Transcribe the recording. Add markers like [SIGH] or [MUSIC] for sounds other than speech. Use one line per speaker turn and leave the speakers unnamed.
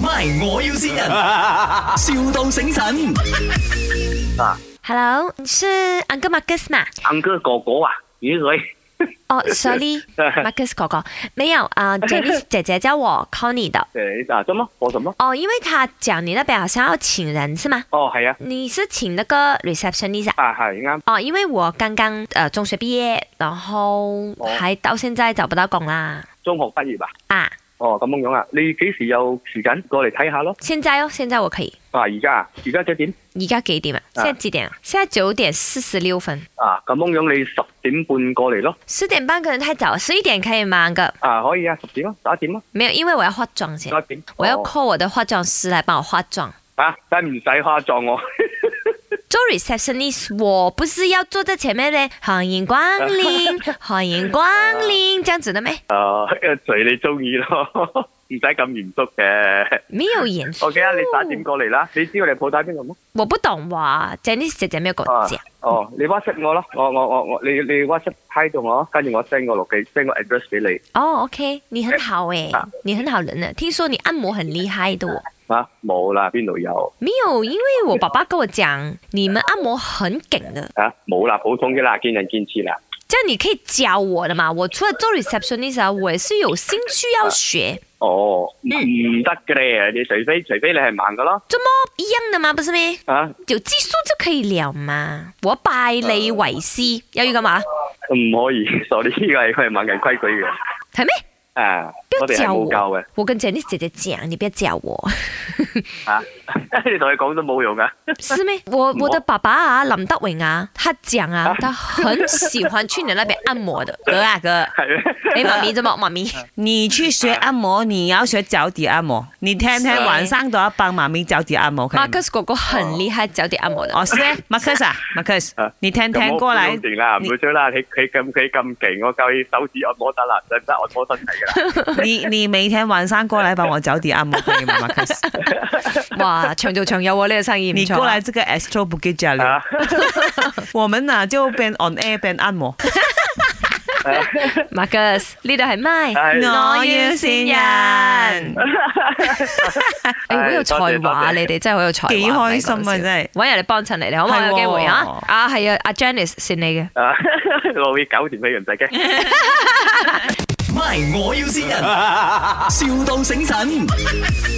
My，我要先人，, [LAUGHS] 笑到醒神。
啊
Hello，是 Uncle Marcus 嘛？
，Uncle 狗狗啊，你好，
哦、s o r r y m a r c u s 哥哥，没有啊、j e n n y 姐姐叫我 Connie 的。
对啊，怎么我什么？
哦、因为她讲你那边好像要请人是吗？
哦，系啊，
你是请那个 receptionist 啊？
啊系啱，
哦，因为我刚刚呃中学毕业，然后还到现在找不到工啦
中學畢業啊，
啊！
哦咁樣樣啊，你幾時有時間過嚟睇下咯？
现在哦，现在我可以。
啊，而家啊，而家幾點？
而家几点啊？现在几点啊？现在九点四十六分，
啊，咁樣樣你十點半過嚟咯，
十点半可能太早了，十一点可以吗？哥，
啊可以啊，十點咯，十一點咯，
没有，因为我要化妆先
十，一點。
我要
哦
call 我的化妆师来帮我化妆。
啊，但唔使化妝我。
做 receptionist，我不是要坐在前面嘞，欢迎光临，欢迎光临，这样子的咩？
誒隨啊你中意咯， [LAUGHS] 唔使咁嚴肅嘅。
没有严肃。
OK 啊，你十一點過嚟啦，你知我哋鋪頭喺邊度冇？
我不懂哇，Jenny 姐姐没有跟我讲。
哦，你 WhatsApp 我咯，我我我我，你你 WhatsApp 嗨到我，跟住我 send 個落記，send 個 address 俾你。
哦、o k 你很好诶、
啊
你很好人呢。听说你按摩很厉害的哦。
啊，冇啦，邊度有？
没有，因为我爸爸跟我讲，你们按摩很勁的，
啊，冇啦，普通嘅啦，見仁見智啦。
这样你可以教我的嘛。我除了做 receptionist 啊，我也是有兴趣要学，
哦，唔得嘅咧，你除非除非你係盲嘅咯。
这么一样的嘛，不是咩？
啊，
有技术就可以了嘛。我拜你为师，要要干嘛？
唔可以 [LAUGHS] ，sorry，呢個係佢係盲人規矩嘅。
系咩？
啊，我
不
哋
要
係
教
冇教
我
嘅。。
我跟 Jenny 姐姐讲，你不要教
[LAUGHS]
我，
啊， [LAUGHS] 你同佢講都冇用啊噶。
是咩？我我的爸爸啊，林德荣啊，他讲
[LAUGHS]
啊
啊，
他很喜欢去你那边按摩的。哥啊哥，
係咩？
你妈咪怎么妈
[LAUGHS]
咪？
你去学按摩，你要学脚底按摩。你天天
是
晚上都要帮妈咪脚底按摩，可以吗？
Marcus 哥哥很厉害，脚底按摩的。
哦，是咩，Marcus 啊，Marcus，
[LAUGHS] 啊
你天天
咁
过
我
来
唔，掂啦，唔會追啦。你佢咁佢咁勁，我教你手指按摩得啦，使唔使按摩身體㗎啦？
你你每天晚上过来帮我脚底按摩，可以吗，Marcus？
[LAUGHS] 哇，長做長有喎、呢、個生意唔
你
錯
过
啊
来。这个 Astro Bukit
[LAUGHS]
Jalil，
啊，
我们呢就边 on air 边按摩。
Marcus，呢度係
[LAUGHS]
My，
[LAUGHS]
哎
係
我要善人。
哎
誒哎好有才
多謝多
華，
謝
你哋真係好有才華。
幾開心啊
唔係講笑
真係
揾人嚟幫襯你哋，好唔好？
係喎
有機會啊！啊，係啊，阿 Janice 善你嘅。
啊， [LAUGHS] 我會搞掂佢唔使驚。
My，我要先人，,笑到醒神。